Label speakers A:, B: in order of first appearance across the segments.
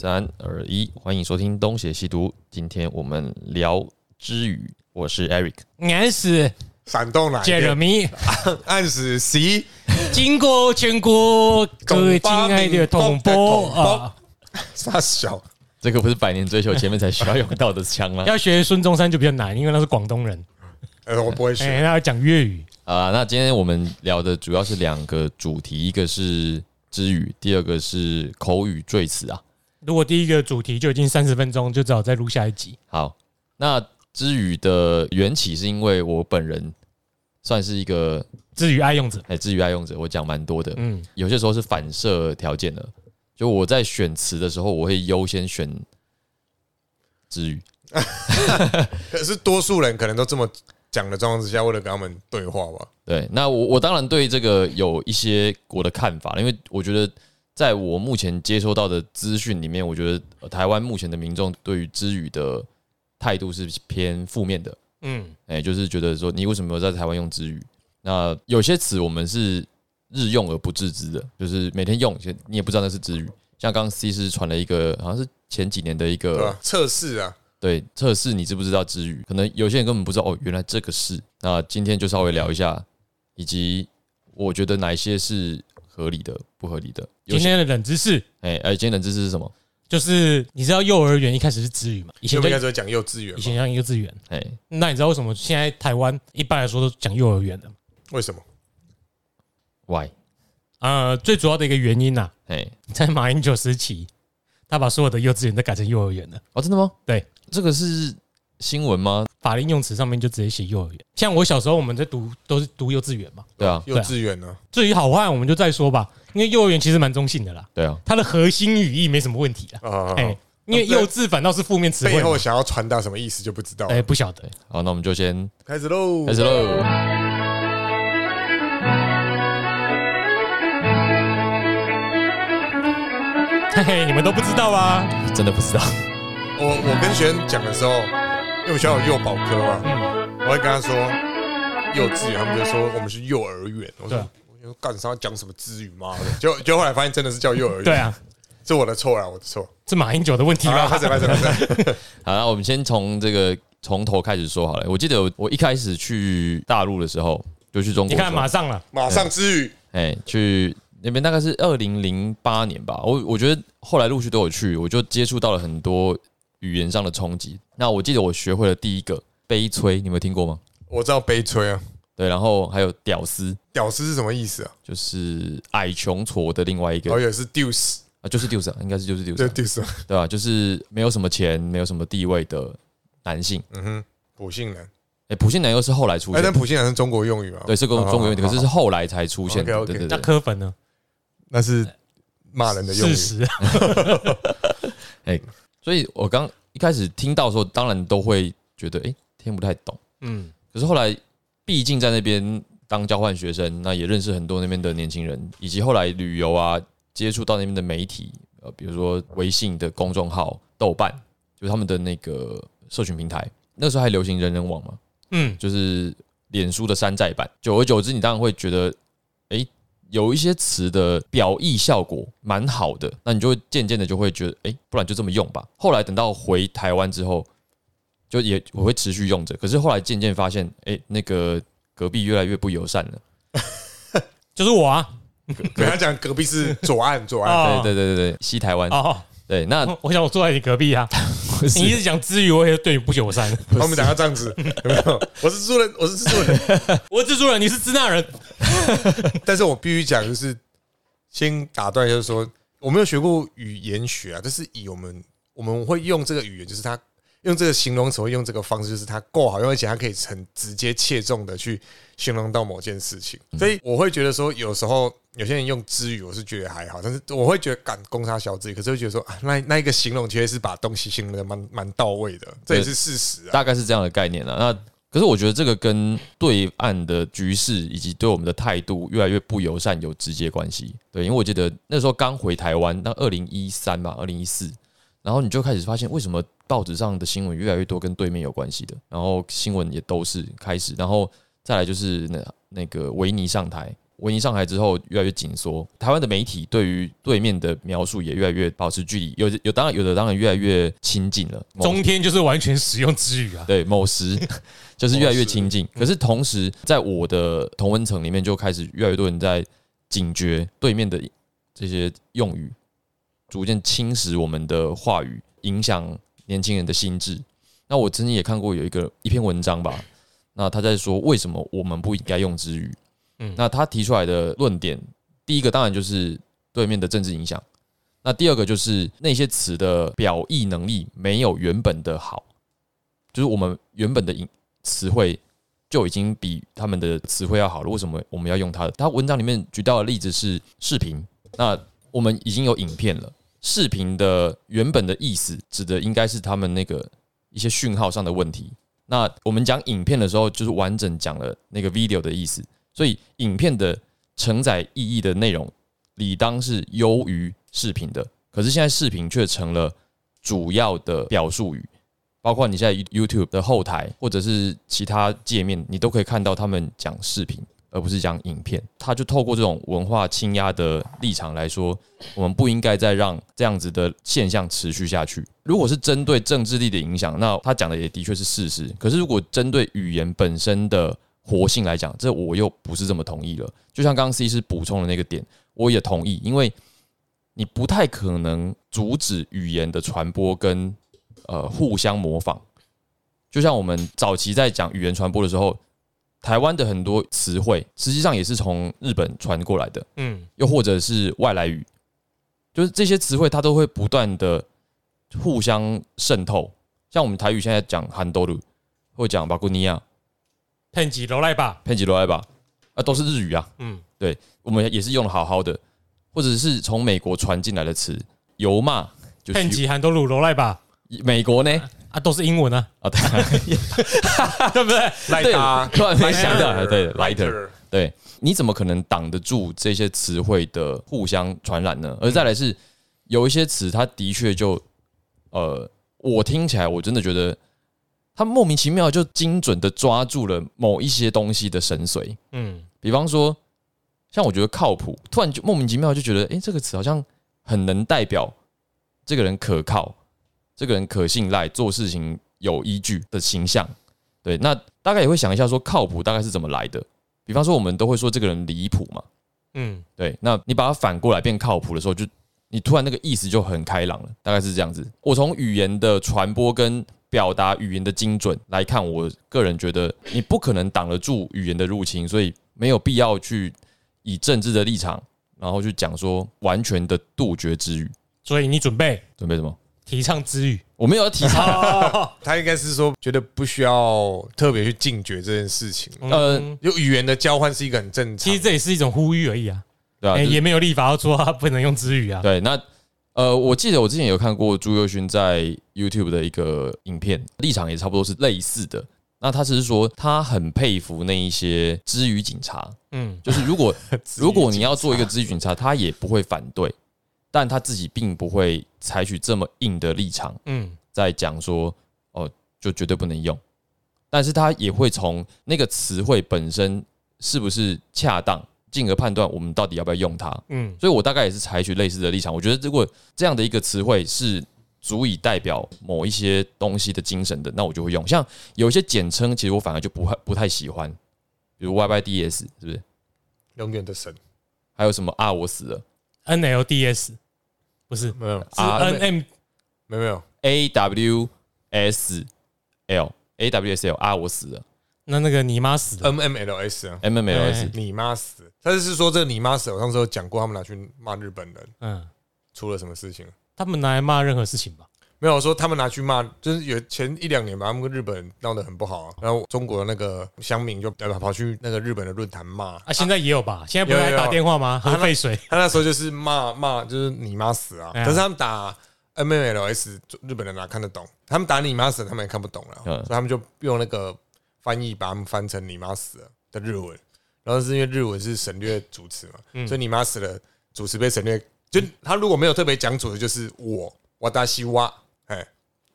A: 三二一，欢迎收听《东邪西毒》。今天我们聊之语，我是 Eric。
B: 俺是
C: 闪动来电，
B: Jeremy，
C: 暗示 C，
B: 经过全国各位亲爱的同胞啊，
C: 傻小，
A: 这个不是百年追求前面才需要用到的枪吗？
B: 要学孙中山就比较难，因为他是广东人，
C: 呃，我不会学。
B: 哎，他要讲粤语。
A: 啊、那今天我们聊的主要是两个主题，一个是之语，第二个是口语赘词啊。
B: 如果第一个主题就已经三十分钟，就只好再录下一集。
A: 好，那之语的缘起是因为我本人算是一个
B: 至于爱用者，
A: 哎之语爱用者，我讲蛮多的，
B: 嗯，
A: 有些时候是反射条件的。就我在选词的时候，我会优先选之语。
C: 可是多数人可能都这么讲的状况之下，为了跟他们对话吧，
A: 对，那我我当然对这个有一些我的看法，因为我觉得在我目前接收到的资讯里面，我觉得呃台湾目前的民众对于之语的态度是偏负面的，
B: 嗯，
A: 哎、就是觉得说你为什么在台湾用之语？那有些词我们是日用而不自知的，就是每天用，其实你也不知道那是之语。像刚刚 C 是传了一个，好像是前几年的一
B: 呃
C: 对
A: 个
C: 吧？测试啊，
A: 对，测试你知不知道之余，可能有些人根本不知道哦，原来这个是。那今天就稍微聊一下，以及我觉得哪些是合理的，不合理的。有
B: 今
A: 些
B: 天的冷知识
A: 哎哎，今天冷知识是什么？就是
B: 是，你知道幼儿园一开始是至语嘛？以
C: 就
B: 前
C: 应
B: 就
C: 该只会讲幼稚园
B: 以
C: 吧？
B: 前像幼稚园，
A: 哎，
B: 那你知道为什么现在台湾一般来说都讲幼儿园的？
C: 为什么？
A: why？
B: 呃，最主要的一个原因呐，
A: 哎，
B: 在马英九时期，他把所有的幼稚园都改成幼儿园了。
A: 哦，真的吗？
B: 对，
A: 这个是新闻吗？
B: 法令用词上面就直接写幼儿园。像我小时候，我们在读都是读幼稚园嘛。
A: 对啊，
C: 幼稚园呢？
B: 至于好坏，我们就再说吧，因为幼儿园其实蛮中性的啦，
A: 对啊，
B: 它的核心语义没什么问题啦。
C: 啊，
B: 哎，因为幼稚反倒是负面词汇
C: 背
B: 嘛
C: 后，想要传达什么意思就不知道了。
B: 哎，不晓得
A: 对。好，那我们就先
C: 开始喽
A: 开，始喽。
B: 嘿嘿，你们都不知道啊。
A: 真的不知道，
C: 我我跟学生讲的时候，因为我们学校有幼保科嘛，
B: 嗯，
C: 我会跟他说幼稚园，他们就说我们是幼儿园。我
B: 对
C: 说
B: 啊
C: 我说干啥讲什么之语妈的？就就后来发现真的是叫幼儿园，
B: 对，啊，
C: 是我的错啦，我 的错。
B: 是马英九的问题
C: 啊，
B: 吧
C: 开？始开始开始，
A: 好，那我们先从这个从头开始说好了。我记得我我一开始去大陆的时候，就去中国
B: 你
A: 的时候，
B: 看，马上了，
C: 马上之语。
A: 哎、去那边大概是二零零八年吧。我我觉得后来陆续都有去，我就接触到了很多语言上的冲击。那我记得我学会了第一个悲催，你有没有听过吗？
C: 我知道悲催啊，
A: 对，然后还有屌丝，
C: 屌丝是什么意思啊？
A: 就是矮穷矬的另外一个
C: 我以为是 deuce，
A: 啊，就是丢上，应该是就是啊丢
C: 哎对
A: 上，
C: deuce，
A: 对吧、就是没有什么钱，没有什么地位的男性。
C: 嗯哼，普信男，
A: 哎、普信男又是后来出
C: 哎，
A: 现
C: 但
A: 的，
C: 普信男是中国用语啊，
A: 对，是中中国用语，可是是
C: 好好
A: 后来才出现的。
C: OK，OK
A: 对对
B: 那
A: 对。
B: 柯粉呢？
C: 那是骂人的用
B: 事
C: 语，
B: 实，
A: 所以我刚一开始听到的时候，当然都会觉得哎、听不太懂。
B: 嗯，
A: 可是后来，毕竟在那边当交换学生，那也认识很多那边的年轻人，以及后来旅游啊，接触到那边的媒体，呃，比如说微信的公众号、豆瓣，就是他们的那个社群平台。那时候还流行人人网嘛，
B: 嗯，
A: 就是脸书的山寨版。久而久之，你当然会觉得，诶，有一些词的表意效果蛮好的，那你就会渐渐的就会觉得，诶，不然就这么用吧。后来等到回台湾之后，就也我会持续用着，可是后来渐渐发现，诶，那个隔壁越来越不友善了。
B: 就是我啊，
C: 跟他讲隔壁是 左岸，左岸，
B: 哦
A: 对对对对对，西台
C: 嗯
A: 湾。
B: 哦，
A: 对，那
B: 我想我坐在你隔壁 啊，
A: 不是
B: 你一直讲之余，我也对你不友善。
C: 他们讲他这 样子，有没有？我是猪人，我是猪 人，
B: 我是蜘蛛人，你是支那人，
C: 但是我必须讲，就是先打断，就是说我没有学过语言学啊，但是以我们我们会用这个语言，就是它用这个形容词，会用这个方式，就是它够好用，而且它可以很直接切中的去形容到某件事情。所以我会觉得说，有时候有些人用之语，我是觉得还好，但是我会觉得感攻杀小之语，可是会觉得说啊，那那一个形容其实是把东西形容的蛮蛮到位的，这也是事实啊。
A: 大概是这样的概念了。那可是我觉得这个跟对岸的局势以及对我们的态度越来越不友善有直接关系。对，因为我记得那时候刚回台湾，那二零一三吧，二零一四，然后你就开始发现为什么报纸上的新闻越来越多跟对面有关系的，然后新闻也都是开始，然后再来就是那那个维尼上台，文艺上台之后越来越紧缩，台湾的媒体对于对面的描述也越来越保持距离，有有当然有的当然越来越亲近了，
C: 哦
A: 某
B: 中天就是完全使用之语啊，
A: 对某时就是越来越
C: 某时
A: 亲近，可是同嗯时在我的同温层里面就开始越来越多人在警觉对面的这些用语，逐渐侵蚀我们的话语，影响年轻人的心智。那我曾经也看过有一个一篇文章吧，那他在说为什么我们不应该用之语？
B: 嗯
A: 嗯，那他提出来的论点，第一个当然就是对面的政治影响，那第二个就是那些词的表意能力没有原本的好，就是我们原本的影词汇就已经比他们的词汇要好了，为什么我们要用它？他文章里面举到的例子是视频，那我们已经有影片了，视频的原本的意思指的应该是他们那个一些讯号上的问题。那我们讲影片的时候，就是完整讲了那个 video 的意思，所以影片的承载意义的内容理当是优于视频的。可是现在视频却成了主要的表述语，包括你现在 YouTube 的后台或者是其他界面，你都可以看到他们讲视频，而不是讲影片。他就透过这种文化倾压的立场来说，我们不应该再让这样子的现象持续下去。如果是针对政治力的影响，那他讲的也的确是事实。可是如果针对语言本身的活性来讲，这我又不是这么同意了。就像刚刚 C 是补充的那个点，我也同意，因为你不太可能阻止语言的传播跟呃互相模仿。就像我们早期在讲语言传播的时候，台湾的很多词汇实际上也是从日本传过来的。
B: 嗯，
A: 又或者是外来语，就是这些词汇它都会不断的互相渗透。像我们台语现在讲韩多鲁，或讲巴古尼亚、
B: 喷吉楼来吧，
A: 佩吉罗埃吧，啊，都是日语啊。
B: 嗯，
A: 对，我们也是用的好好的，或者是从美国传进来的词，油骂就
B: 喷
A: 是
B: 吉韩都鲁楼来吧，
A: 美国 呢
B: 啊，都是英文啊，
A: 啊，对，
B: 对不对？
C: 赖
A: 对
C: 达，
A: 突然没想到，
C: Lighter
A: 对，lighter。
C: Lighter
A: 对，你怎么可能挡得住这些词汇的互相传染呢？而再来是有一些词，它的确就呃，我听起来我真的觉得它莫名其妙就精准的抓住了某一些东西的神髓。
B: 嗯，
A: 比方说，像我觉得靠谱，突然就莫名其妙就觉得，诶，这个词好像很能代表这个人可靠，这个人可信赖，做事情有依据的形象。对，那大概也会想一下说靠谱大概是怎么来的。比方说，我们都会说这个人离谱嘛，
B: 嗯，
A: 对，那你把它反过来变靠谱的时候，就你突然那个意思就很开朗了，大概是这样子。我从语言的传播跟表达语言的精准来看，我个人觉得你不可能挡得住语言的入侵，所以没有必要去以政治的立场，然后去讲说完全的杜绝之语。
B: 所以你准备
A: 准备什么？
B: 提倡之语，
A: 我没有要提倡，哦
C: 他应该是说觉得不需要特别去警觉这件事情。
A: 呃
B: 嗯，
C: 有语言的交换是一个很正
B: 其
C: 常
B: 实，这也是一种呼吁而已啊，
A: 对啊，
B: 哎，
A: 就是
B: 也没有立法要说他不能用之语啊，
A: 对，那呃，我记得我之前有看过朱佑勋在 YouTube 的一个影片，立场也差不多是类似的。那他只是说，他很佩服那一些知语警察，
B: 嗯，
A: 就是如果
C: 知语
A: 如果你要做一个知语警察，他也不会反对，但他自己并不会采取这么硬的立场。
B: 嗯，
A: 在讲说哦，就绝对不能用，但是他也会从那个词汇本身是不是恰当，进而判断我们到底要不要用它。
B: 嗯，
A: 所以我大概也是采取类似的立场。我觉得如果这样的一个词汇是足以代表某一些东西的精神的，那我就会用。像有一些简称，其实我反而就不太不太喜欢，比如 YYDS 是不是？
C: 永远的神
A: 还有什么啊？我死了
B: NLDS 不是是
C: 没有没
A: 啊
B: NM
C: 有没有，
A: A W S L A W S L 啊，我死了
B: 那那个你妈死
A: 呃
B: 了，
C: M M L S 啊，
A: M M L S
B: 哎
C: 你妈死！他是说这个你妈死，我上次有讲过，他们拿去骂日本人，
B: 嗯，
C: 出了什么事情？
B: 他们拿来骂任何事情吧，
C: 没有我说他们拿去骂，就是有前一两年吧，他们跟日本人闹得很不好、啊，然后中国的那个乡民就跑去那个日本的论坛骂，
B: 啊，现在也有吧？现在不是
C: 有
B: 还
C: 有
B: 打
C: 有
B: 电话吗？核
C: 那
B: 废水，
C: 他那时候就是骂骂，就是你妈死啊！
B: 哎呀
C: 可是他们打 M M L S，日本人哪看得懂？他们打你妈死，他们也看不懂了，
A: 嗯
C: 所以他们就用那个翻译把他们翻成你妈死了的日文。然后是因为日文是省略主词嘛，
B: 嗯
C: 所以你妈死了主词被省略。就他如果没有特别讲主词，就是我我达西哇，哎，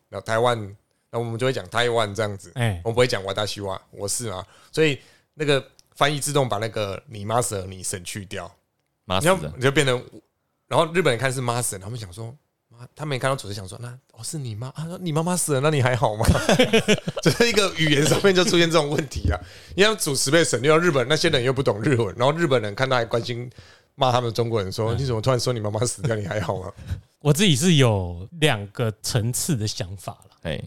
C: 然后台湾，然后我们就会讲台湾这样子，
B: 哎
C: 我们不会讲瓦达西哇，我是啊，所以那个翻译自动把那个你 master 你省去掉，
A: 妈
C: 你要
A: 死的，
C: 你就变成，然后日本人看是 master，他们想说。妈他们也看到主持人想说，那哦是你妈啊，你妈妈死了，那你还好吗？ 就是一个语言上面就出现这种问题啊。你看主持被省略，日本那些人又不懂日文，然后日本人看到还关心骂他们中国人
B: 嗯
C: 说，你怎么突然说你妈妈死掉，你还好吗？
B: 我自己是有两个层次的想法啦。
A: 哎，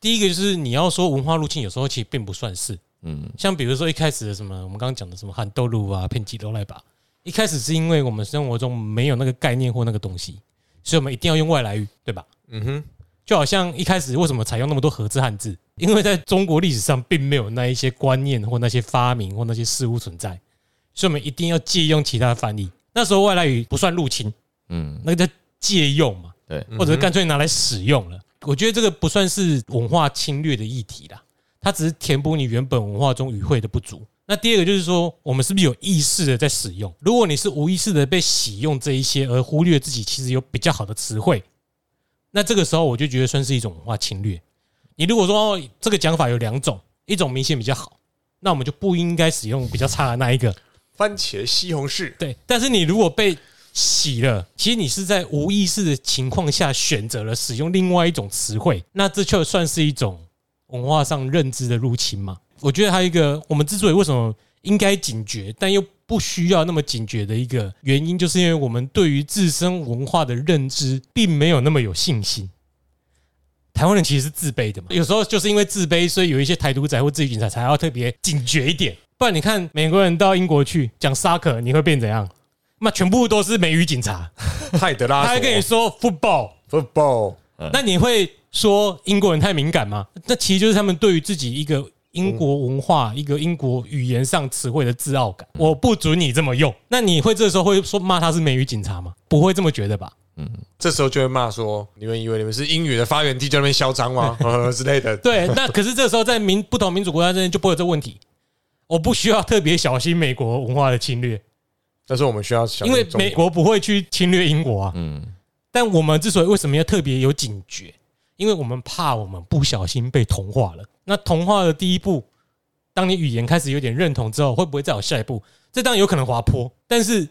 B: 第一个就是你要说文化入侵，有时候其实并不算是，
A: 嗯，
B: 像比如说一开始的什么，我们刚刚讲的什么汉斗路啊、片鸡都来吧，一开始是因为我们生活中没有那个概念或那个东西，所以我们一定要用外来语，对吧？
C: 嗯哼，
B: 就好像一开始为什么采用那么多合字汉字，因为在中国历史上并没有那一些观念或那些发明或那些事物存在，所以我们一定要借用其他的翻译。那时候外来语不算入侵，
A: 嗯，
B: 那个叫借用嘛，
A: 对，
B: 或者是干脆拿来使用了。我觉得这个不算是文化侵略的议题啦，它只是填补你原本文化中语汇的不足。那第二个就是说，我们是不是有意识的在使用？如果你是无意识的被使用这一些，而忽略自己其实有比较好的词汇，那这个时候我就觉得算是一种文化侵略。你如果说哦这个讲法有两种，一种明显比较好，那我们就不应该使用比较差的那一个，
C: 番茄西红柿，
B: 对，但是你如果被洗了，其实你是在无意识的情况下选择了使用另外一种词汇，那这就算是一种文化上认知的入侵嘛？我觉得还有一个，我们之所以为什么应该警觉，但又不需要那么警觉的一个原因，就是因为我们对于自身文化的认知并没有那么有信心。台湾人其实是自卑的嘛，有时候就是因为自卑，所以有一些台独仔或自己警察才要特别警觉一点。不然你看美国人到英国去讲沙克，你会变怎样？那全部都是美语警察，
C: 泰德拉
B: 他
C: 索，
B: 还跟你说 football，
C: football，
B: 那你会说英国人太敏感吗？那其实就是他们对于自己一个英国文化、一个英国语言上词汇的自傲感。我不准你这么用，那你会这时候会说骂他是美语警察吗？不会这么觉得吧？
C: 这时候就会骂说：“你们以为你们是英语的发源地，就在那边嚣张吗？” 呃之类的。
B: 对，那可是这时候在民不同民主国家之间就不会有这问题。我不需要特别小心美国文化的侵略，
C: 但是我们需要想，
B: 因为美国不会去侵略英国啊。
A: 嗯，
B: 但我们之所以为什么要特别有警觉，因为我们怕我们不小心被同化了。那同化的第一步，当你语言开始有点认同之后，会不会再有下一步？这当然有可能滑坡，但是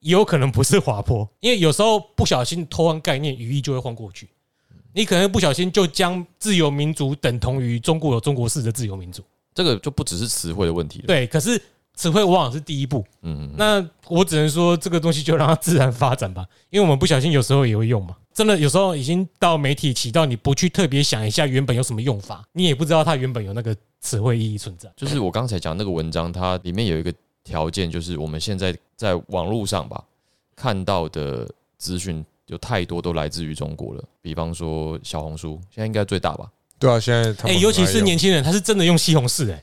B: 也有可能不是滑坡，因为有时候不小心偷换概念，语义就会换过去。你可能不小心就将自由民主等同于中国有中国式的自由民主，
A: 这个就不只是词汇的问题了，
B: 对。可是词汇往往是第一步，
A: 嗯，
B: 那我只能说，这个东西就让它自然发展吧，因为我们不小心有时候也会用嘛。真的，有时候已经到媒体起到你不去特别想一下原本有什么用法，你也不知道它原本有那个词汇意义存在。
A: 就是我刚才讲那个文章，它里面有一个条件，就是我们现在在网络上吧看到的资讯有太多都来自于中国了，比方说小红书，现在应该最大吧？
C: 对啊，现在他
B: 哎、
C: 们
B: 尤其是年轻人，他是真的用西红柿、哎，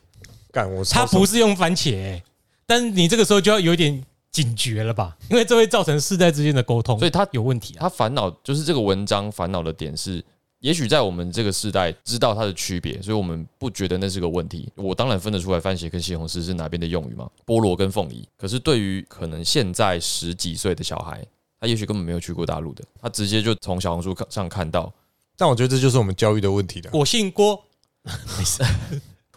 C: 干我超
B: 他不是用番茄、哎，但你这个时候就要有点警觉了吧，因为这会造成世代之间的沟通，
A: 所以它
B: 有问题啊。
A: 他烦恼就是这个文章烦恼的点是，也许在我们这个时代知道它的区别，所以我们不觉得那是个问题。我当然分得出来番茄跟西红柿是哪边的用语嘛，菠萝跟凤梨。可是对于可能现在十几岁的小孩，他也许根本没有去过大陆的，他直接就从小红书上看到，
C: 但我觉得这就是我们教育的问题了。
B: 我姓郭，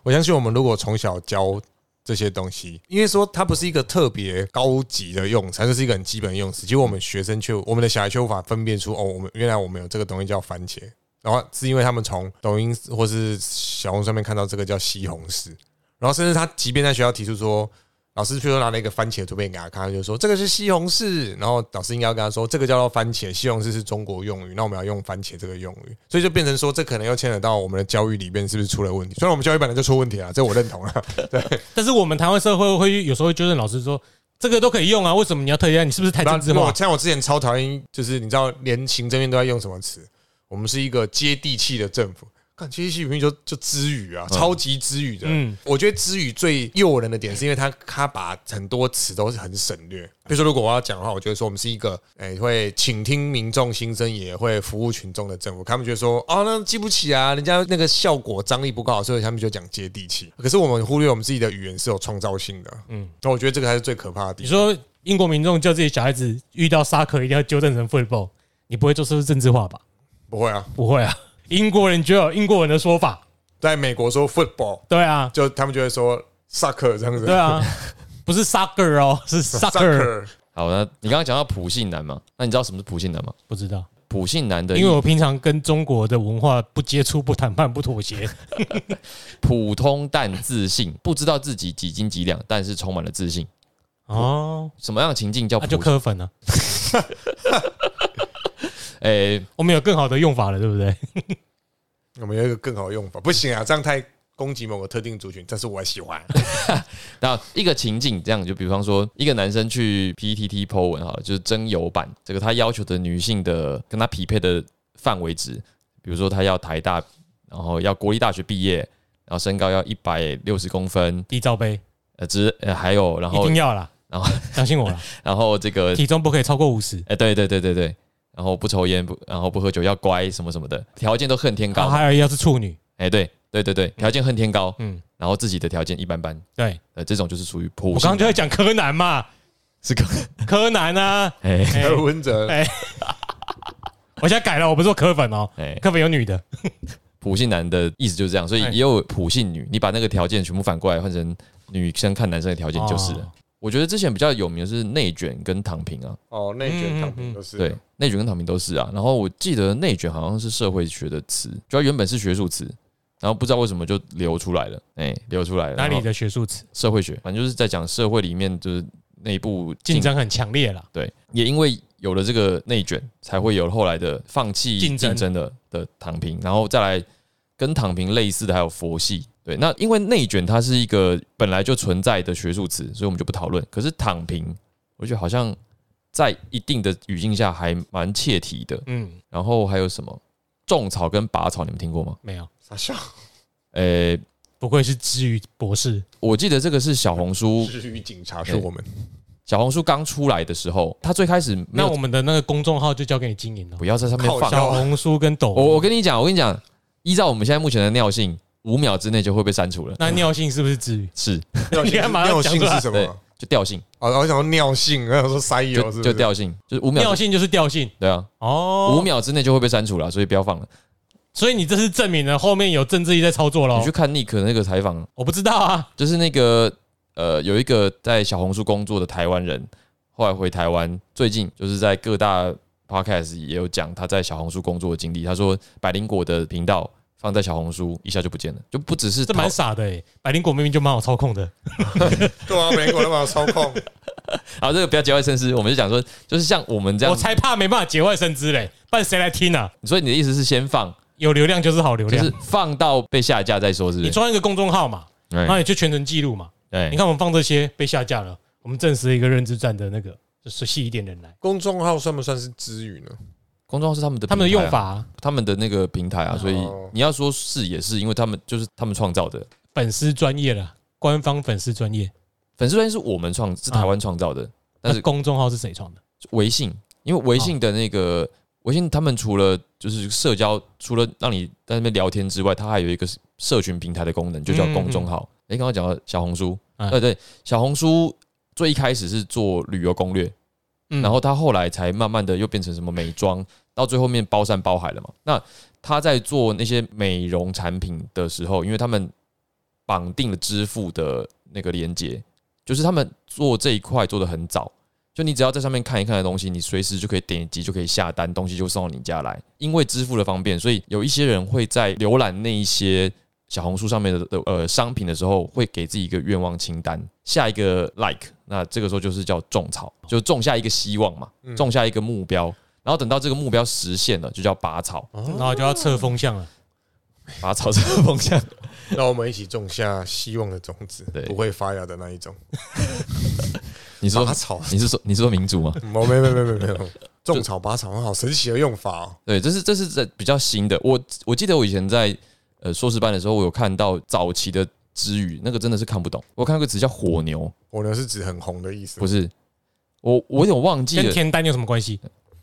C: 我相信我们如果从小教这些东西，因为说它不是一个特别高级的用词，它就是一个很基本的用词。结果我们学生却，我们的小孩却无法分辨出哦，我们原来我们有这个东西叫番茄，然后是因为他们从抖音或是小红书上面看到这个叫西红柿，然后甚至他即便在学校提出说。老师譬如说拿了一个番茄图片给他看，他就说这个是西红柿，然后老师应该要跟他说这个叫做番茄，西红柿是中国用语，那我们要用番茄这个用语，所以就变成说这可能又牵扯到我们的教育里边是不是出了问题？虽然我们教育本来就出问题了，这我认同了。
B: 但是我们台湾社会会有时候会纠正老师说，这个都可以用啊，为什么你要特意啊？你是不是太政治
C: 然后
B: 化
C: 我？像我之前超讨厌，就是你知道，连行政院都在用什么词？我们是一个接地气的政府。看接地气明明就就知语啊，超级知语的。
B: 嗯
C: 我觉得知语最诱人的点是因为它它把很多词都是很省略。比如说，如果我要讲的话，我觉得说我们是一个诶、会倾听民众心声，也会服务群众的政府。他们觉得说哦，那记不起啊，人家那个效果张力不够好，所以他们就讲接地气。可是我们忽略我们自己的语言是有创造性的。嗯，那我觉得这个才是最可怕的地
B: 你
C: 方。
B: 说英国民众叫自己小孩子遇到沙克一定要纠正成 football，你不会做是不是政治化吧？
C: 不会啊，
B: 不会啊，英国人就有英国人的说法，
C: 在美国说 football。
B: 对啊，
C: 就他们就会说 sucker 这样子。
B: 对啊，不是 soccer 哦， 是 soccer。
C: Sucker
A: 好，那你刚刚讲到普信男嘛？那你知道什么是普信男吗？
B: 不知道，
A: 普信男的意，
B: 因为我平常跟中国的文化不接触、不谈判、不妥协。
A: 普通但自信，不知道自己几斤几两，但是充满了自信。
B: 哦，
A: 什么样的情境叫
B: 那、
A: 普
B: 就？磕粉了。啊
A: 诶、
B: 我们有更好的用法了，对不 对？
C: 我们有一个更好的用法，不行啊，这样太攻击某个特定族群，但是我还喜欢。
A: 那一个情景这样，就比方说一个男生去 PTT Po 文好了，就是征友版，这个他要求的女性的跟他匹配的范围值，比如说他要台大，然后要国立大学毕业，然后身高要一百六十公分，
B: 低罩杯
A: 呃，之呃还有然
B: 一
A: 后
B: 定要啦，
A: 然后
B: 相信我啦，
A: 然后这个
B: 体重不可以超过五十。
A: 哎、对对对对对，然后不抽烟不，然后不喝酒，要乖什么什么的，条件都恨天
B: 然
A: 高
B: 后
A: 嘛。
B: 还有要是处女，
A: 哎、对对对对，条件恨天高，
B: 嗯，
A: 然后自己的条件一般般，
B: 对
A: 呃，这种就是属于普
B: 我
A: 信
B: 刚刚就
A: 男
B: 在讲柯南嘛，
A: 是个
B: 柯南啊，
A: 哎
B: 哎
C: 柯文哲
B: 哎我现在改了，我不是说柯粉哦，
A: 哎，
B: 柯粉有女的，
A: 普信男的意思就是这样，所以
B: 哎
A: 也有普信女，你把那个条件全部反过来换成女生看男生的条件就是了。
B: 哦
A: 我觉得之前比较有名的是内卷跟躺平啊，
C: 哦，内卷躺平都
A: 嗯
C: 是
B: 啊
A: 对，内卷跟躺平都是啊。然后我记得内卷好像是社会学的词，主要原本是学术词，然后不知道为什么就流出来了，哎、流出来了。
B: 哪
A: 然
B: 里
A: 后
B: 的学术词？
A: 社会学，反正就是在讲社会里面就是内部
B: 竞，争很强烈啦，
A: 对，也因为有了这个内卷，才会有后来的放弃
B: 竞
A: 竞
B: 争
A: 争的的躺平，然后再来跟躺平类似的还有佛系。对，那因为内卷它是一个本来就存在的学术词，所以我们就不讨论。可是躺平，我觉得好像在一定的语境下还蛮切题的。
B: 嗯，
A: 然后还有什么种草跟拔草，你们听过吗？
B: 没有，
C: 傻笑，
A: 呃、
B: 不愧是知语博士，
A: 我记得这个是小红书，
C: 至于警察是我们
A: 小红书刚出来的时候，它最开始没
B: 那
A: 有
B: 我们的那个公众号就交给你经营了
A: 不，要在上面
C: 靠
A: 放。
B: 小红书跟抖
A: 我我
B: 音，
A: 跟你讲，我跟你讲，依照我们现在目前的尿性，五秒之内就会被删除了。
B: 那尿性是不是知语？
A: 是
C: 尿
B: 你
C: 性
B: 干嘛要
C: 尿
B: 讲
C: 性
B: 出来
C: 是什
A: 对
C: 么？，
A: 就调性，
C: 哦，我想说尿性，然后说塞油
A: 就是
C: 不？
A: 就是 调性，就是五秒
B: 尿，性就是调性
A: 对啊，
B: 哦，
A: 五，秒之内就会被删除了，所以不要放了。
B: 所以你这是证明了后面有政治意在操作
A: 你
B: 喽
A: 去？看 Nick 那个采访，
B: 我不知道啊，
A: 就是那个呃，有一个在小红书工作的台湾人，后来回台湾，最近就是在各大 podcast 也有讲他在小红书工作的经历。他说百灵果的频道放在小红书一下就不见了，就不只是
B: 这蛮
A: 讨
B: 傻的诶、百灵果明明就蛮好操控的，
C: 对啊，美国人把我操控，
A: 啊，这个不要节外生枝，我们就讲说，就是像我们这样
B: 我
A: 子，
B: 才怕没办法节外生枝嘞，不然谁来听啊？
A: 所以你的意思是先放，
B: 有流量就是好流
A: 就
B: 量，
A: 是放到被下架再说，是不
B: 你
A: 是？
B: 装一个公众号嘛，然后
A: 哎
B: 你就全程记录嘛。哎
A: 对，
B: 你看我们放这些被下架了，我们证实一个认知战的那个，就是吸一点人来，
C: 公众号算不算是知语呢？
A: 公众号是他们的
B: 他们的
A: 平台
B: 用
A: 啊
B: 法、啊、
A: 他们的那个平台啊，所以
C: 哦
A: 你要说是也是，因为他们就是他们创造的。
B: 粉丝专业啦，官方粉丝专业。
A: 粉丝专业是我们创，是台湾创造的，但
B: 但是
A: 是
B: 公众号是谁创的？
A: 微信，因为微信的那个微信，他们除了就是社交，除了让你在那边聊天之外，它还有一个社群平台的功能，就叫公众号。诶，刚刚讲到小红书，呃
B: 嗯
A: 对对，小红书最一开始是做旅游攻略，
B: 嗯
A: 然后他后来才慢慢的又变成什么美妆，到最后面包山包海了嘛。那他在做那些美容产品的时候，因为他们绑定了支付的那个连接，就是他们做这一块做的很早，就你只要在上面看一看的东西，你随时就可以点击就可以下单，东西就送到你家来。因为支付的方便，所以有一些人会在浏览那一些小红书上面的的呃商品的时候，会给自己一个愿望清单，下一个 like，那这个时候就是叫种草，就种下一个希望嘛，
C: 哦嗯
A: 种下一个目标，然后等到这个目标实现了，就叫拔 草，
B: 然后就要测风向
A: 哦
B: 了。
A: 拔草这个方向。
C: 让我们一起种下希望的种子
A: 对，
C: 不会发芽的那一种。
A: 你说
C: 拔草，
A: 你是说你是说民主 吗？
C: 我没没没没没有，种草拔草，好神奇的用法哦。
A: 对，这是这是在比较新的。我我记得我以前在呃硕士班的时候，我有看到早期的之语，那个真的是看不懂。我看到个词叫火牛，
C: 火牛是指很红的意思
A: 不，是我我有点忘记
B: 跟
A: 了。
B: 田丹有什么关系？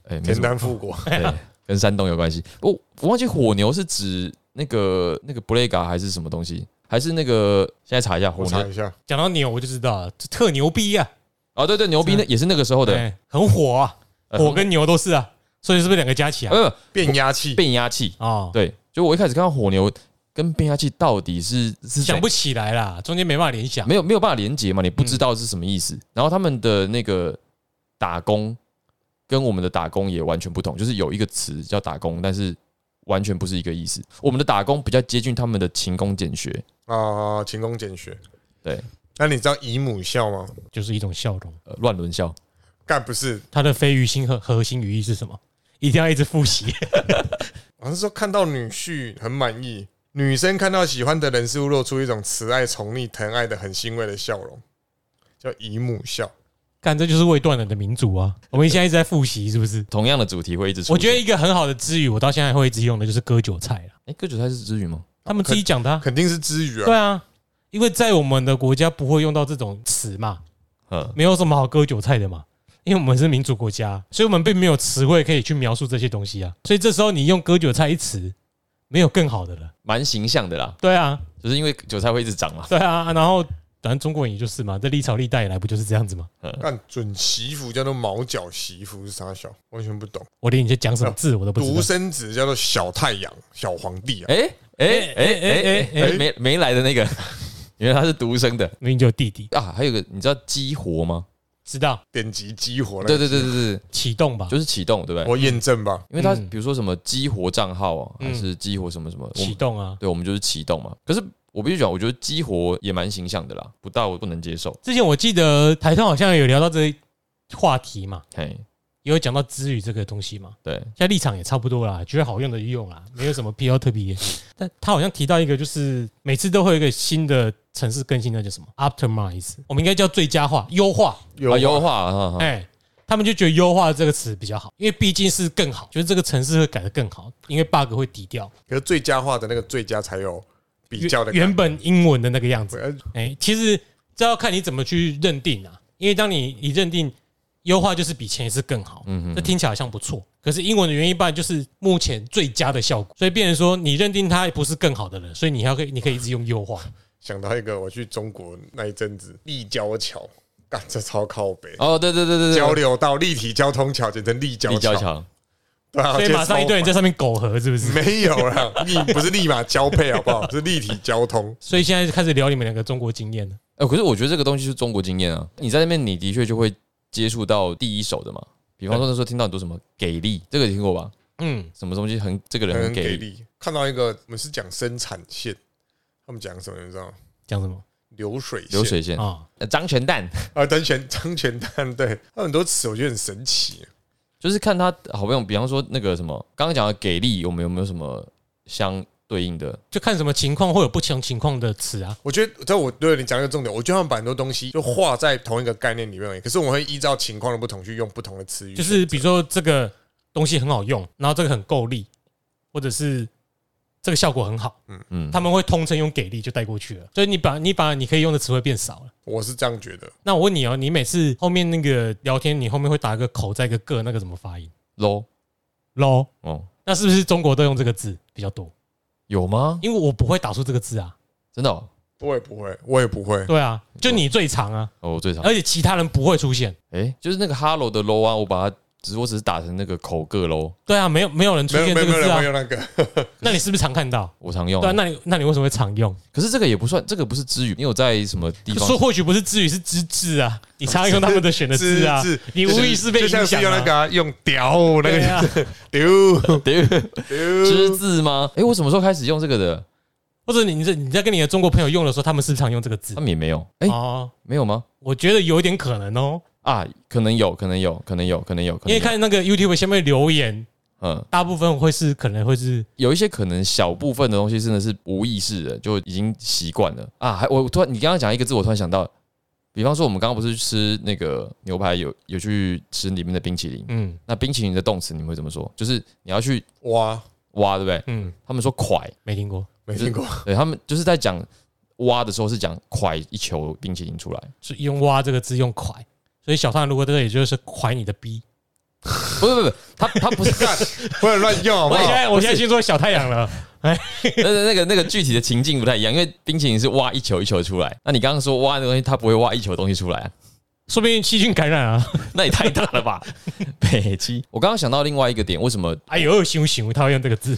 A: 哎，没
C: 田
A: 什么
C: 单复国。
A: 对，跟山东有关系。我我忘记火牛是指那个那个 Blaga 还是什么东西，还是那个现在查一下火
C: 我查
A: 牛
C: 一下，
B: 讲到牛我就知道了，这特牛逼啊，
A: 哦，对对，牛
C: 啊
A: 逼那也是那个时候的
B: 哎，很火 啊，
A: 呃
B: 火跟牛都是啊，所以是不是两个加起来？
A: 呃
C: 变压器
A: 变压器。
B: 哦，
A: 对，就我一开始看到火牛，跟变压器到底是是
B: 想不嗯起来啦，中间没办法联想。
A: 没有没有办法连接嘛，你不知道是什么意思。然后他们的那个打工跟我们的打工也完全不同，就是有一个词叫打工，但是完全不是一个意思。我们的打工比较接近他们的勤工俭学，
C: 啊，勤工俭学。
A: 对，
C: 那你知道姨母笑吗？
B: 就是一种笑容。
A: 呃乱伦笑。
C: 干不是，
B: 它的非语心和核心语义是什么？一定要一直复习。
C: 好像是说看到女婿很满意，女生看到喜欢的人事物，露出一种慈爱、宠溺、疼爱的很欣慰的笑容，叫姨母笑。
B: 看，这就是未断了的民族啊！我们现在一直在复习，是不是？
A: 同样的主题会一直出现。
B: 我觉得一个很好的之语，我到现在还会一直用的就是割韭菜啦。
A: 哎，割韭菜是之语吗？
B: 他们自己讲的、啊，
C: 肯定是之语啊
B: 对，啊，因为在我们的国家不会用到这种词嘛，
A: 嗯，
B: 没有什么好割韭菜的嘛。因为我们是民主国家，所以我们并没有词汇可以去描述这些东西啊。所以这时候你用割韭菜一词，没有更好的了。
A: 蛮形象的啦，
B: 对啊，
A: 就是因为韭菜会一直涨嘛。
B: 对啊，然后反正中国人也就是嘛，这历朝历代以来不就是这样子吗？
C: 干准媳妇叫做毛脚媳妇是啥小？完全不懂。
B: 我连你在讲什么字我都不知
C: 独
B: 道。
C: 生子叫做小太阳、小皇帝啊。
A: 哎哎哎哎哎哎，没没来的那个， 原来他是独生的
B: 明明就有弟弟，
A: 啊。还有个，你知道激活吗？
B: 知道
C: 点击激活那
A: 对
C: 个，
A: 对对对对，
B: 启动吧？
A: 就是启动，对不对？
C: 我验证吧。
A: 因为它
B: 嗯
A: 比如说什么激活账号啊，
B: 嗯
A: 还是激活什么什么，我
B: 启
A: 们
B: 动啊！
A: 对，我们就是启动嘛。可是我必须讲，我觉得激活也蛮形象的啦，不到我不能接受。
B: 之前我记得台通好像有聊到这话题嘛，
A: 嘿，
B: 也有讲到知语这个东西嘛，
A: 对，
B: 现在立场也差不多啦，觉得好用的就用啦，没有什么必要特别。但他好像提到一个，就是每次都会有一个新的城市更新，那叫什么 optimize，我们应该叫最佳化、优化，
A: 啊，
C: 有
A: 优
C: 啊
A: 化啊，哈
B: 哎、他们就觉得“优化”这个词比较好，因为毕竟是更好，就是这个城市会改得更好，因为 bug 会抵掉
C: 可是最佳化的那个最佳才有比较的
B: 原原
C: 感
B: 本英文的那个样子。
C: 觉。
B: 哎、其实这要看你怎么去认定啊，因为当你你认定优化就是比前一次更好，
A: 嗯
B: 嗯
A: 哼
B: 这听起来好像不错。可是英文的原因不然就是目前最佳的效果，所以变成说你认定它不是更好的了，所以你还可以你可以一直用优化。
C: 想到一个，我去中国那一阵子，立交桥，干这超靠北，
A: 哦，对对对对
C: 交
A: 对，
C: 流道立体交通桥简称立交
A: 立交
C: 桥，
A: 桥，
C: 对啊，
B: 所以马上一堆人在上面苟合，是不 是？
C: 没有啦，立不是立马交配好不 好？是立体交通。
B: 所以现在就开始聊你们两个中国经验了。
A: 哎，可是我觉得这个东西是中国经验啊，你在那边你的确就会接触到第一手的嘛。比方说那时候听到很多什么给力，这个你听过吧？
B: 嗯，
A: 什么东西很这个人
C: 很
A: 很给
C: 给
A: 力，
C: 力。看到一个，我们是讲生产线，他们讲什么你知道吗？
B: 讲什么
C: 流水线
A: 流水线，
B: 啊？
A: 呃张全蛋
C: 啊，张全张全蛋，对，他很多词我觉得很神奇。
A: 就是看他好朋友，比方说那个什么，刚刚讲的给力，我们有没有什么相对应的？
B: 就看什么情况会有不同情况的词啊。
C: 我觉得，在我对你讲一个重点，我觉得他们把很多东西就画在同一个概念里面而已，可是我们会依照情况的不同去用不同的词语选
B: 就
C: 择。
B: 是比如说这个东西很好用，然后这个很够力，或者是这个效果很好，
A: 嗯
B: 他，们会通称用给力就带过去了。所以你把你把你可以用的词汇变少了。
C: 我是这样觉得，
B: 那我问你哦，你每次后面那个聊天，你后面会打个口在一个个，那个怎么发音
A: low
B: ？low，
A: 哦，
B: 那是不是中国都用这个字比较多？
A: 有吗？
B: 因为我不会打出这个字啊。
A: 真的哦，
C: 我也不会，我也不会。
B: 对啊，就你最长啊，
A: 哦我最常
B: 而且其他人不会出现。
A: 哎、就是那个 hello 的 low 啊，我把它只我只是打成那个口个 low，
B: 对啊，没有没有人出
C: 没有
B: 现
C: 没
B: 这
C: 有没
B: 个
C: 有
B: 字
C: 人
B: 啊
C: 会。用那个，
B: 那你是不是常看到？
A: 我常用、
B: 对啊，那你那你为什么会常用？
A: 可是这个也不算，这个不是之语，你有在什么地方
B: 说或许不是知语，是知字啊， 你常用他们的选的字啊
C: 是，
B: 你无意识被
C: 就
B: 影
C: 像是
B: 响
C: 用那
B: 啊。
C: 个啊用屌那
B: 对
C: 个
B: 啊，
C: 丢
A: 对之
C: 丢，
A: 字吗？哎、我什么时候开始用这个的？
B: 或者你你在你在跟你的中国朋友用的时候，他们是不是常用这个字
A: 他？们也没有，哎、
B: 哦，
A: 没有吗？
B: 我觉得有一点可能哦，
A: 啊，可能有，可能有，可能有，可能有，可能
B: 因为
A: 有。
B: 看那个 YouTube 下面留言，
A: 嗯，
B: 大部分会是可能会是
A: 有一些可能小部分的东西真的是无意识的，就已经习惯了啊。还我突然你刚刚讲一个字，我突然想到，比方说我们刚刚不是去吃那个牛排有有去吃里面的冰淇淋，
B: 嗯
A: 那冰淇淋的动词你们会怎么说？就是你要去
C: 哇，
A: 挖，对不对？
B: 嗯
A: 他们说快。
B: 没听过，
C: 没听过，
A: 对他们就是在讲挖的时候是讲快一球冰淇淋出来，
B: 是用挖这个字用蒯，所以小胖如果这个也就是蒯你的逼。
A: 不是不是不是，他他不是
C: 干不能乱用好哦不
B: 啊我现
C: 好？
B: 在我现在先说小太阳了，
A: 那个那个那个具体的情境不太一样，因为冰淇淋是挖一球一球出来，那你刚刚说挖的东西，它不会挖一球东西出来、啊，
B: 说不定细菌感染啊。
A: 那也太大了吧？北极，我刚刚想到另外一个点，为什么
B: 哎呦，行不行？他会用这个字，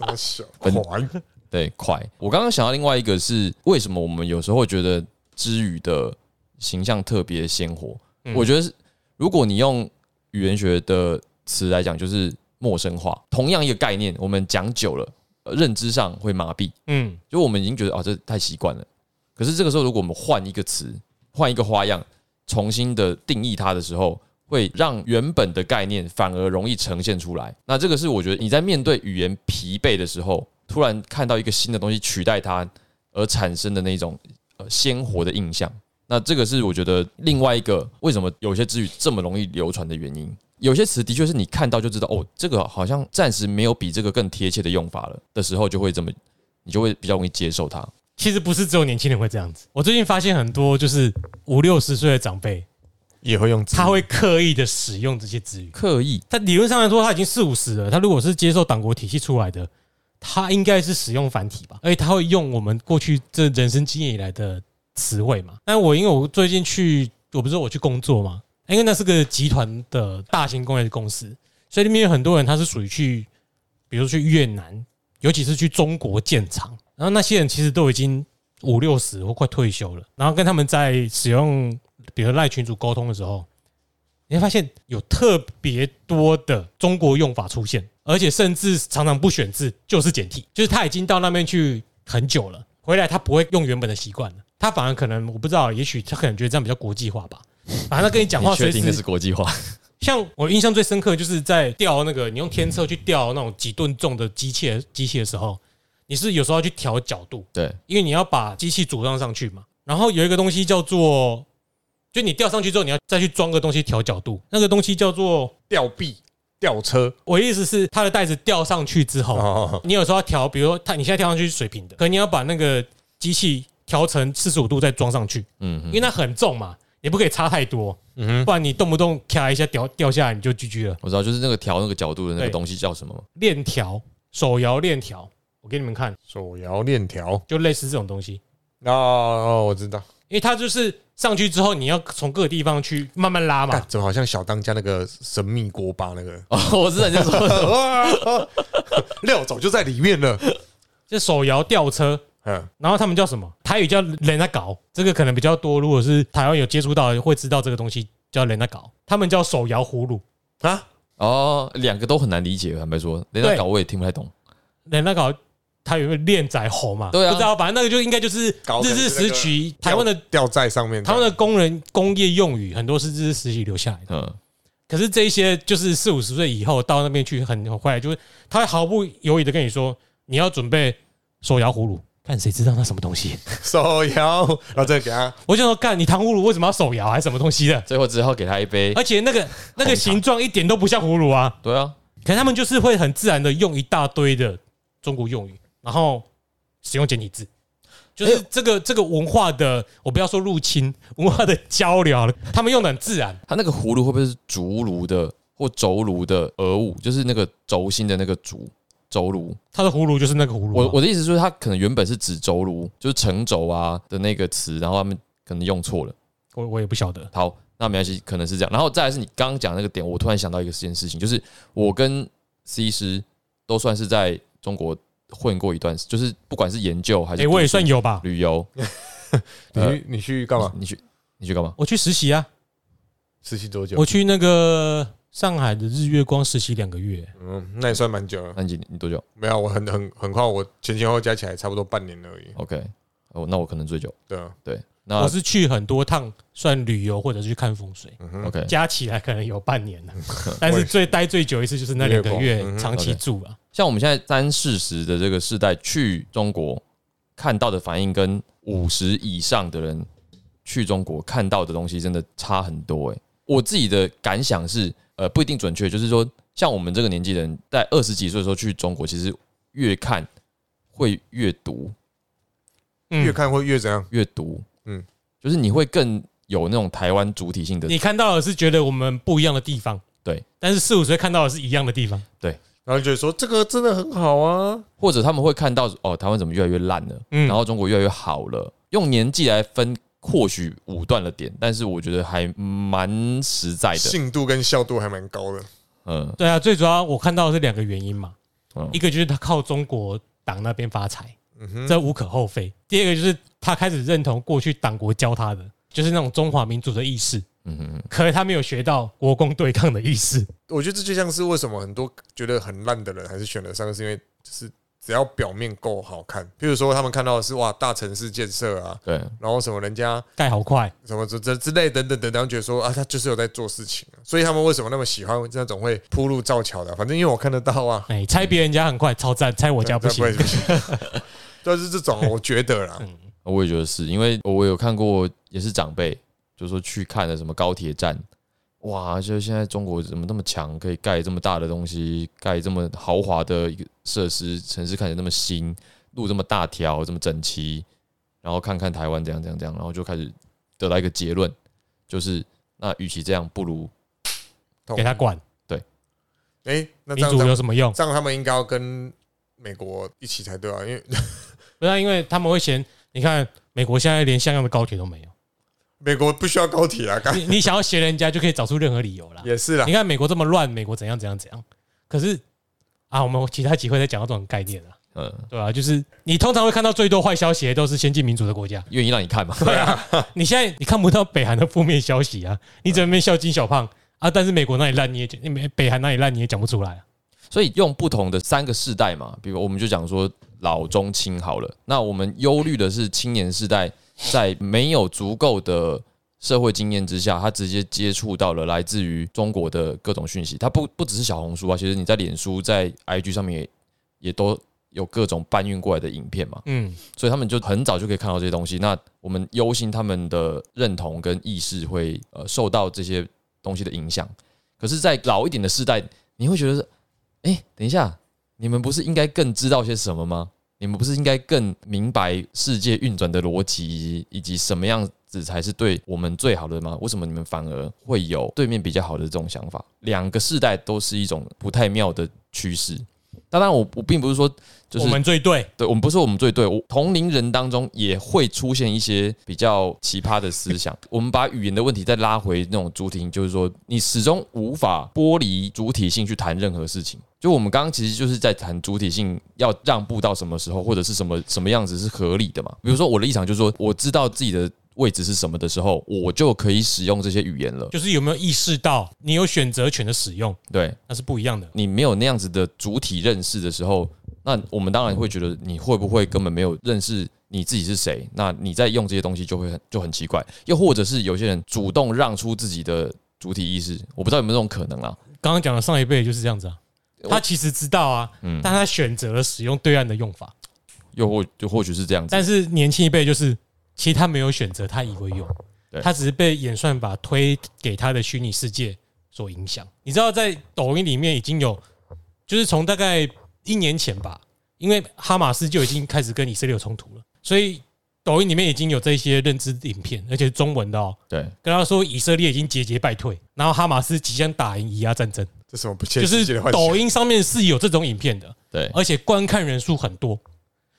C: 么小
A: 本
C: 狂
A: 对，快。我刚刚想到另外一个是，为什么我们有时候会觉得知语的形象特别鲜活？
B: 嗯
A: 我觉得是，如果你用语言学的词来讲，就是陌生化。同样一个概念，我们讲久了，呃认知上会麻痹，
B: 嗯，
A: 就我们已经觉得啊，这太习惯了。可是这个时候，如果我们换一个词，换一个花样，重新的定义它的时候，会让原本的概念反而容易呈现出来。那这个是我觉得你在面对语言疲惫的时候，突然看到一个新的东西取代它而产生的那种呃鲜活的印象。那这个是我觉得另外一个为什么有些词语这么容易流传的原因。有些词的确是你看到就知道，哦，这个好像暂时没有比这个更贴切的用法了的时候，就会这么你就会比较容易接受它。
B: 其实不是只有年轻人会这样子。我最近发现很多就是五六十岁的长辈，
C: 也会用，
B: 他会刻意的使用这些词语。
A: 刻意
B: 他理论上来说，他已经四五十了，他如果是接受党国体系出来的，他应该是使用繁体吧，而且他会用我们过去这人生经验以来的词汇嘛。但我因为我最近去，我不是说我去工作嘛，因为那是个集团的大型工业公司，所以里面有很多人他是属于去，比如说去越南，尤其是去中国建厂，然后那些人其实都已经五六十或快退休了，然后跟他们在使用，比如赖群主沟通的时候，你会发现有特别多的中国用法出现，而且甚至常常不选字，就是简体，就是他已经到那边去很久了，回来他不会用原本的习惯了，他反而可能我不知道，也许他可能觉得这样比较国际化吧。反正他跟你讲话
A: 你确
B: 随
A: 定的
B: 时
A: 是国际 化？
B: 像我印象最深刻的就是在吊那个你用天秤去吊那种几吨重的机器的机器的时候，你是有时候要去调角度，
A: 对，
B: 因为你要把机器组装上去嘛。然后有一个东西叫做，就你吊上去之后，你要再去装个东西调角度，那个东西叫做，
C: 吊臂、吊车
B: 我的意思是它的袋子吊上去之后，
C: 哦，
B: 你有时候要调，比如说它你现在调上去是水平的，可你要把那个机器调成四十五度再装上去，
A: 嗯
B: 因
A: 哼，
B: 为它很重嘛，你不可以差太多，
C: 嗯
B: 不然你动不动咔一下掉掉下来你就 GG 了。
A: 我知道，就是那个调那个角度的那个
B: 对
A: 东西叫什么吗？？
B: 链条，手摇链条，我给你们看，
C: 手摇链条
B: 就类似这种东西，
C: 哦哦，我知道，
B: 因为它就是上去之后，你要从各个地方去慢慢拉
C: 干
B: 嘛。
C: 怎么好像小当家那个神秘锅巴那个
A: 哦，我知道你在说 什么。
C: 哇 料早就在里面了，
B: 这手摇吊车，
C: 嗯，
B: 然后他们叫什么？台语叫人家搞，这个可能比较多。如果是台湾有接触到的，会知道这个东西叫人家搞，他们叫手摇葫芦。
C: 啊，
A: 哦，两个都很难理解，坦白说，连那
B: 对
A: 稿我也听不太懂。
B: 人家搞，它有个练仔猴嘛？
A: 对啊
B: 不知道，反正那个就应该就是
C: 搞
B: 日治时期台湾的
C: 吊在上面，
B: 台湾的工人工业用语，很多是日治时期留下来的。
A: 嗯，
B: 可是这一些就是四五十岁以后到那边去很很快，就是他会毫不犹豫的跟你说，你要准备手摇葫芦，看谁知道那什么东西？
C: 手摇，然后再给他
B: 我就说，干你糖葫芦为什么要手摇，还是什么东西的？
A: 最后只好给他一杯。
B: 而且那个那个形状一点都不像葫芦啊！
A: 对啊，
B: 可是他们就是会很自然的用一大堆的中国用语，然后使用简体字，就是这个这个文化的，我不要说入侵，文化的交流好了，他们用的很自然。
A: 他那个葫芦会不会是竹炉的或轴炉的莪物？就是那个轴心的那个竹轴炉。
B: 他的葫芦就是那个葫芦嘛，
A: 我我的意思就是，它可能原本是指轴炉，就是成轴啊的那个词，然后他们可能用错了。
B: 我我也不晓得，
A: 好，那没关系，可能是这样。然后再来是你刚刚讲那个点，我突然想到一个件事情，就是我跟 C 师都算是在中国混过一段时，就是不管是研究还
B: 哎、
A: 是、
B: 我也算有吧，
A: 旅 游。
C: 你
A: 呃
C: 去你去干嘛？
A: 你去你去干嘛？
B: 我去实习啊，
C: 实习多久
B: 我？去那个上海的日月光实习两个月，
C: 嗯，那也算蛮久了。
A: 那你几你多久
C: 没有，我很很很快，我前前后后加起来差不多半年而已。
A: ？OK，哦，那我可能最久。
C: 对啊，
A: 对，
B: 我
A: 那
B: 是去很多趟，算旅游或者是去看风水，
C: 嗯哼，
A: OK。
B: 加起来可能有半年了。 但是最待最久一次就是那两个
C: 日月
B: 月
C: 光嗯
B: 长期住啊，
A: 像我们现在三四十的这个世代去中国看到的反应，跟五十以上的人去中国看到的东西真的差很多、欸。我自己的感想是，呃，不一定准确，就是说，像我们这个年纪的人，在二十几岁的时候去中国，其实越看会越读，
C: 越
B: 嗯，
C: 看会越怎样？
A: 越读，嗯
C: 嗯，
A: 就是你会更有那种台湾主体性的
B: 你看到的是觉得我们不一样的地方，
A: 对，
B: 但是四五岁看到的是一样的地方，
C: 然后就觉得说这个真的很好啊。
A: 或者他们会看到哦，台湾怎么越来越烂了，
B: 嗯
A: 然后中国越来越好了，用年纪来分，或许武断了点，但是我觉得还蛮实在的，
C: 信度跟效度还蛮高的。
A: 嗯，
B: 对啊，最主要我看到的是两个原因嘛，
A: 嗯
B: 一个就是他靠中国党那边发财，
C: 嗯哼，
B: 这无可厚非；第二个就是他开始认同过去党国教他的，就是那种中华民族的意识，
A: 嗯嗯嗯，
B: 可是他没有学到国共对抗的意识。
C: 我觉得这就像是为什么很多觉得很烂的人还是选得上，是因为就是只要表面够好看，譬如说他们看到的是哇大城市建设啊，
A: 对，
C: 然后什么人家
B: 盖好快，
C: 什么这这之类等等等等，然后觉得说啊他就是有在做事情、啊，所以他们为什么那么喜欢那种会铺路造桥的啊、反正因为我看得到啊，
B: 哎、拆别人家很快，超赞；拆我家 不行。嗯
C: 不行，就是这种我觉得啦，
A: 我也觉得是因为我有看过，也是长辈就说去看了什么高铁站，哇，就现在中国怎么那么强，可以盖这么大的东西，盖这么豪华的一个设施，城市看起来那么新，路这么大条，这么整齐，然后看看台湾怎样怎样怎样，然后就开始得到一个结论，就是那与其这样，不如
C: 痛
B: 给他管，
C: 哎、那这
B: 民
C: 样
B: 主
C: 他
B: 有
C: 们
B: 什么用？
C: 这样他们应该要跟美国一起才对啊，因为
B: 不是因为他们会嫌，你看美国现在连像样的高铁都没有，
C: 美国不需要高铁啊，干
B: 你你想要学人家就可以找出任何理由啦。
C: 也是啦
B: 你，看美国这么乱，美国怎样怎样怎样，可是啊，我们其他集会再讲到这种概念啊，
A: 嗯
B: 对啊，就是你通常会看到最多坏消息的都是先进民主的国家，
A: 愿意让你看嘛，
B: 你现在你看不到北韩的负面消息啊，你只能面笑金小胖啊，但是美国那里烂你也讲，美北韩那里烂你也讲不出来啊。
A: 所以用不同的三个世代嘛，比如我们就讲说老中青好了。那我们忧虑的是青年世代在没有足够的社会经验之下，他直接接触到了来自于中国的各种讯息。他不不只是小红书啊，其实你在脸书、在 IG 上面也也都有各种搬运过来的影片嘛，
B: 嗯，
A: 所以他们就很早就可以看到这些东西。那我们忧心他们的认同跟意识会呃受到这些东西的影响。可是，在老一点的世代，你会觉得是，哎、等一下，你们不是应该更知道些什么吗？你们不是应该更明白世界运转的逻辑，以及以及什么样子才是对我们最好的吗？为什么你们反而会有对面比较好的这种想法？两个世代都是一种不太妙的趋势。当然我，我并不是说就是
B: 我们最对，
A: 对我们不是我们最对，我同龄人当中也会出现一些比较奇葩的思想。我们把语言的问题再拉回那种主体，就是说你始终无法剥离主体性去谈任何事情。就我们刚刚其实就是在谈主体性要让步到什么时候，或者是什么什么样子是合理的嘛？比如说我的立场就是说，我知道自己的位置是什么的时候，我就可以使用这些语言了。
B: 就是有没有意识到你有选择权的使用，
A: 对，
B: 那是不一样的。
A: 你没有那样子的主体认识的时候，那我们当然会觉得你会不会根本没有认识你自己是谁？那你在用这些东西就会很就很奇怪。又或者是有些人主动让出自己的主体意识，我不知道有没有这种可能啊？
B: 刚刚讲的上一辈就是这样子啊，
A: 我
B: 他其实知道啊，
A: 嗯
B: 但他选择了使用对岸的用法，
A: 又或就或许是这样子，
B: 但是年轻一辈就是其实他没有选择，他以为有
A: 对，
B: 他只是被演算法推给他的虚拟世界所影响。你知道，在抖音里面已经有，就是从大概一年前吧，因为哈马斯就已经开始跟以色列有冲突了，所以抖音里面已经有这些认知影片，而且是中文的哦，
A: 对，
B: 跟他说以色列已经节节败退，然后哈马斯即将打赢以阿战争。
C: 这什么不切
B: 就
C: 实际
B: 是
C: 的幻想？
B: 抖音上面是有这种影片的，
A: 对，
B: 而且观看人数很多，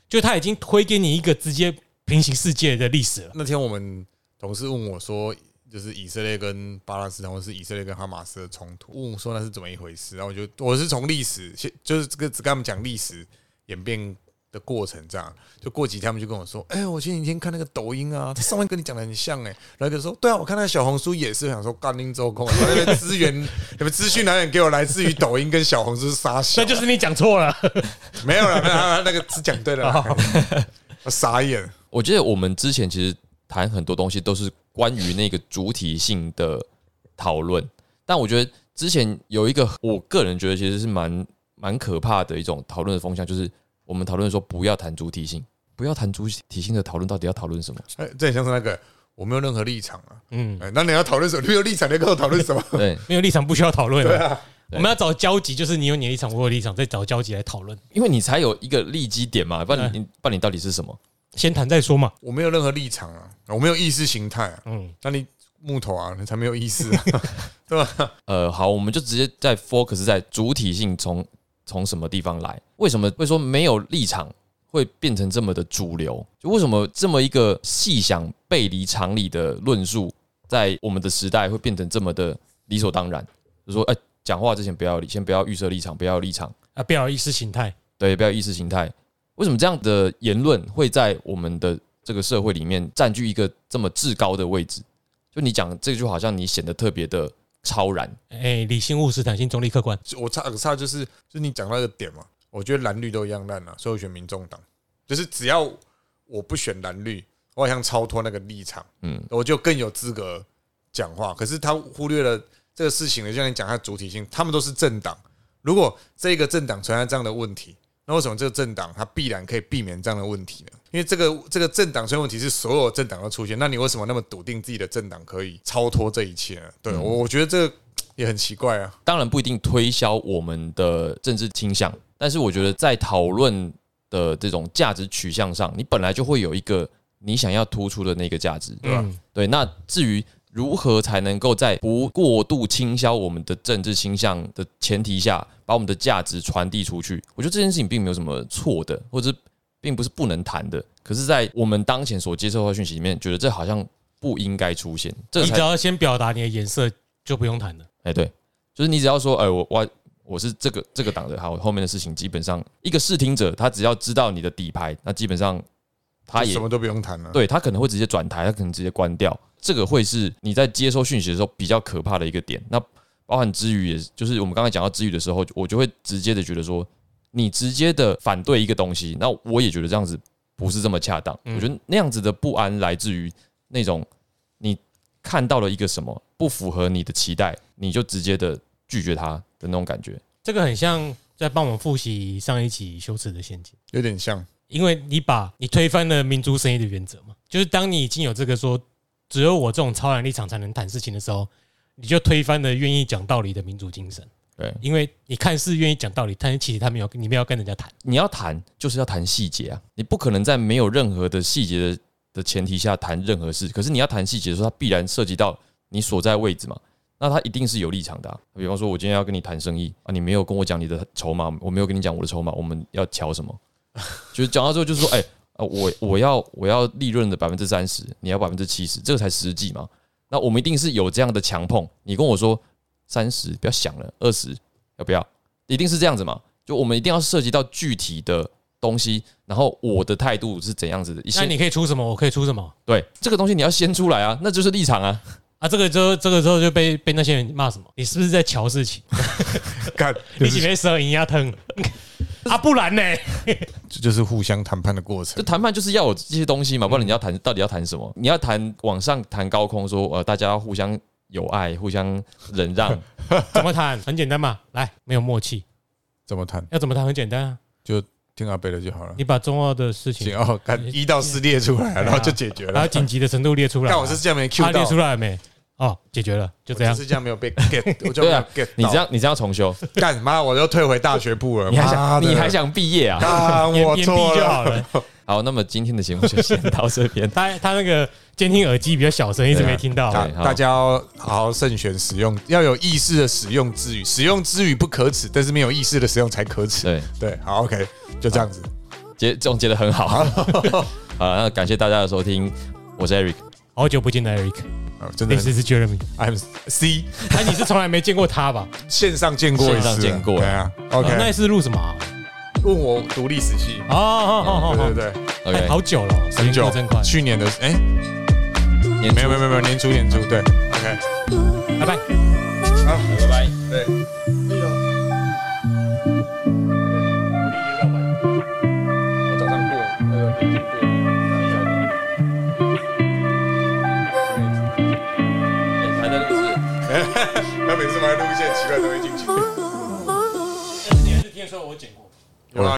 B: 就他已经推给你一个直接平行世界的历史了。
C: 那天我们同事问我说，就是以色列跟巴勒斯坦，或是以色列跟哈马斯的冲突，问我说那是怎么一回事。然后我就我是从历史，先就是这个只跟他们讲历史演变的过程，这样。就过几天他们就跟我说，哎、我前几天看那个抖音啊，它上面跟你讲的很像哎、然后就说，对啊，我看那个小红书也是，我想说干拎周公，那边 资源、你们资讯来源给我来自于抖音跟小红书傻小，
B: 那就是你讲错了，
C: 没有了，没有啦那个是讲对了啦，我傻眼。
A: 我觉得我们之前其实谈很多东西都是关于那个主体性的讨论，但我觉得之前有一个我个人觉得其实是蛮蛮可怕的一种讨论的风向，就是我们讨论说不要谈主体性，不要谈主体性的讨论到底要讨论什么？
C: 哎，这很像是那个我没有任何立场啊。
B: 嗯，
C: 哎，那你要讨论什么？你没有立场，你要跟我讨论什么？
A: 对，
B: 没有立场不需要讨论了。
A: 对
B: 我们要找交集，就是你有你的立场，我有立场，再找交集来讨论，
A: 因为你才有一个立基点嘛，不然你不然你到底是什么？
B: 先谈再说嘛。
C: 我没有任何立场啊，我没有意识形态啊。
B: 嗯，
C: 那你木头啊，你才没有意识、啊，对吧？
A: 呃，好，我们就直接在 focus 在主体性从从什么地方来？为什么会说没有立场会变成这么的主流？就为什么这么一个细想背离常理的论述，在我们的时代会变成这么的理所当然？就说，哎、讲话之前不要理，先不要预设立场，不要有立场，
B: 啊，不要有意识形态。
A: 对，不要意识形态。为什么这样的言论会在我们的这个社会里面占据一个这么至高的位置？就你讲这句话，好像你显得特别的超然。
B: 哎，理性、务实、弹性、中立、客观。
C: 我差我差就是就是你讲到一个点嘛，我觉得蓝绿都一样烂啊，所以我选民众党，就是只要我不选蓝绿，我好像超脱那个立场，
A: 嗯，
C: 我就更有资格讲话。可是他忽略了这个事情呢，就像你讲，他主体性，他们都是政党。如果这个政党存在这样的问题，那为什么这个政党它必然可以避免这样的问题呢？因为这个这个政党存在问题是所有政党都出现，那你为什么那么笃定自己的政党可以超脱这一切呢？对我、我觉得这个也很奇怪啊。
A: 当然不一定推销我们的政治倾向，但是我觉得在讨论的这种价值取向上，你本来就会有一个你想要突出的那个价值，对吧？
B: 嗯
A: 对，那至于如何才能够在不过度倾销我们的政治倾向的前提下，把我们的价值传递出去，我觉得这件事情并没有什么错的，或者是并不是不能谈的。可是，在我们当前所接受到的讯息里面，觉得这好像不应该出现，这个
B: 你
A: 才
B: 只要先表达你的颜色，就不用谈了。
A: 哎，对，就是你只要说，哎、我我我是这个这个党的，好，后面的事情基本上一个试听者，他只要知道你的底牌，那基本上他
C: 就
A: 也
C: 什么都不用谈了。
A: 对他可能会直接转台，他可能直接关掉，这个会是你在接收讯息的时候比较可怕的一个点。那包含之余，也就是我们刚才讲到之余的时候，我就会直接的觉得说，你直接的反对一个东西，那我也觉得这样子不是这么恰当。
B: 嗯
A: 我觉得那样子的不安来自于那种你看到了一个什么不符合你的期待，你就直接的拒绝它的那种感觉。
B: 这个很像在帮我们复习上一集羞耻的陷阱。
C: 有点像，
B: 因为你把你推翻了民族正义的原则嘛，就是当你已经有这个说只有我这种超然立场才能谈事情的时候，你就推翻了愿意讲道理的民主精神。
A: 对，
B: 因为你看似愿意讲道理，但是其实他没有，你没有跟人家谈。
A: 你要谈就是要谈细节啊，你不可能在没有任何的细节的的前提下谈任何事。可是你要谈细节的时候，它必然涉及到你所在位置嘛，那它一定是有立场的、啊。比方说，我今天要跟你谈生意啊，你没有跟我讲你的筹码，我没有跟你讲我的筹码，我们要瞧什么？ 就是讲到最后就是说，哎、啊，我我要我要利润的百分之三十，你要百分之七十，这个才实际嘛。那我们一定是有这样的强碰。你跟我说三十，不要想了，二十要不要？一定是这样子嘛？就我们一定要涉及到具体的东西，然后我的态度是怎样子的？一
B: 那
A: 些
B: 你可以出什么，我可以出什么
A: 对这个东西你要先出来啊，那就是立场啊。
B: 啊？这个之后，这个之后就被被那些人骂什么？你是不是在瞧事情？
C: 干
B: 你几杯蛇赢牙疼啊？不然呢？
C: 这就是互相谈判的过
A: 就
C: 程。
A: 谈判就是要有这些东西嘛，不然你要谈到底要谈什么？你要谈往上谈高空说，呃，大家要互相友爱，互相忍 让，
B: 怎么谈？很简单嘛，来，没有默契，
C: 怎么谈？
B: 要怎么谈？很简单啊，
C: 就听阿贝的就好了。
B: 你把重要的事情
C: 行，哦，看一到四列出来，然后就解决
B: 然后
C: 了。
B: 紧急的程度列出来
C: 看
B: 啊。
C: 我是这样没 Q
B: 他列
C: 到
B: 出，来了没？哦，解决了，就
C: 我
B: 这
C: 就
B: 样。
C: 是这样没有被 get，我就
A: 对
C: 没有
A: 啊
C: get 到。
A: 你这样你这样重修，
C: 干妈，我又退回大学部了。
A: 你还
C: 妈
A: 想
C: 的
A: 你还？想毕业啊？
C: 啊，
B: 延
C: 我
B: 延
C: 错
B: 毕就好
C: 了。
B: 了。。
A: 好，那么今天的节目就先到这边
B: 他他那个监听耳机比较小声，一直
A: 对啊
B: 没听到。
A: 对
C: 大
A: 好
C: 大家要好好慎选使用，要有意识的使用之语，使用之语不可耻，但是没有意识的使用才可耻。
A: 对，
C: 对，好，OK，就这样子。
A: 结总结的很 好。好，那感谢大家的收听，我是 Eric。
B: 好久不见的 Eric，
C: 啊真的
B: 你是是 Jeremy，
C: ，I'm C
B: 哎，你是从来没见过他 吧？
C: 线上见过一次了，
A: 线上见过
C: 对啊
B: 那
C: ，OK。
B: 是录什么啊？
C: 问我读历史系，
B: 哦哦哦
C: 对
B: 哦
C: 对对，
B: 哦，哎
A: OK，
B: 好久了，时
C: 很
B: 间
C: 久
B: 过 真快，。
C: 去年的哎，
A: 年初
C: 没有没有没有没有，年初年初，对，OK，
B: 拜拜。
C: 好，
A: 拜拜。
C: 对。我早上过，呃，已经过了
A: 还在录制。
C: 他每次把它录一些奇怪的东西进去。
B: 之前是听说我剪过。
C: 有啊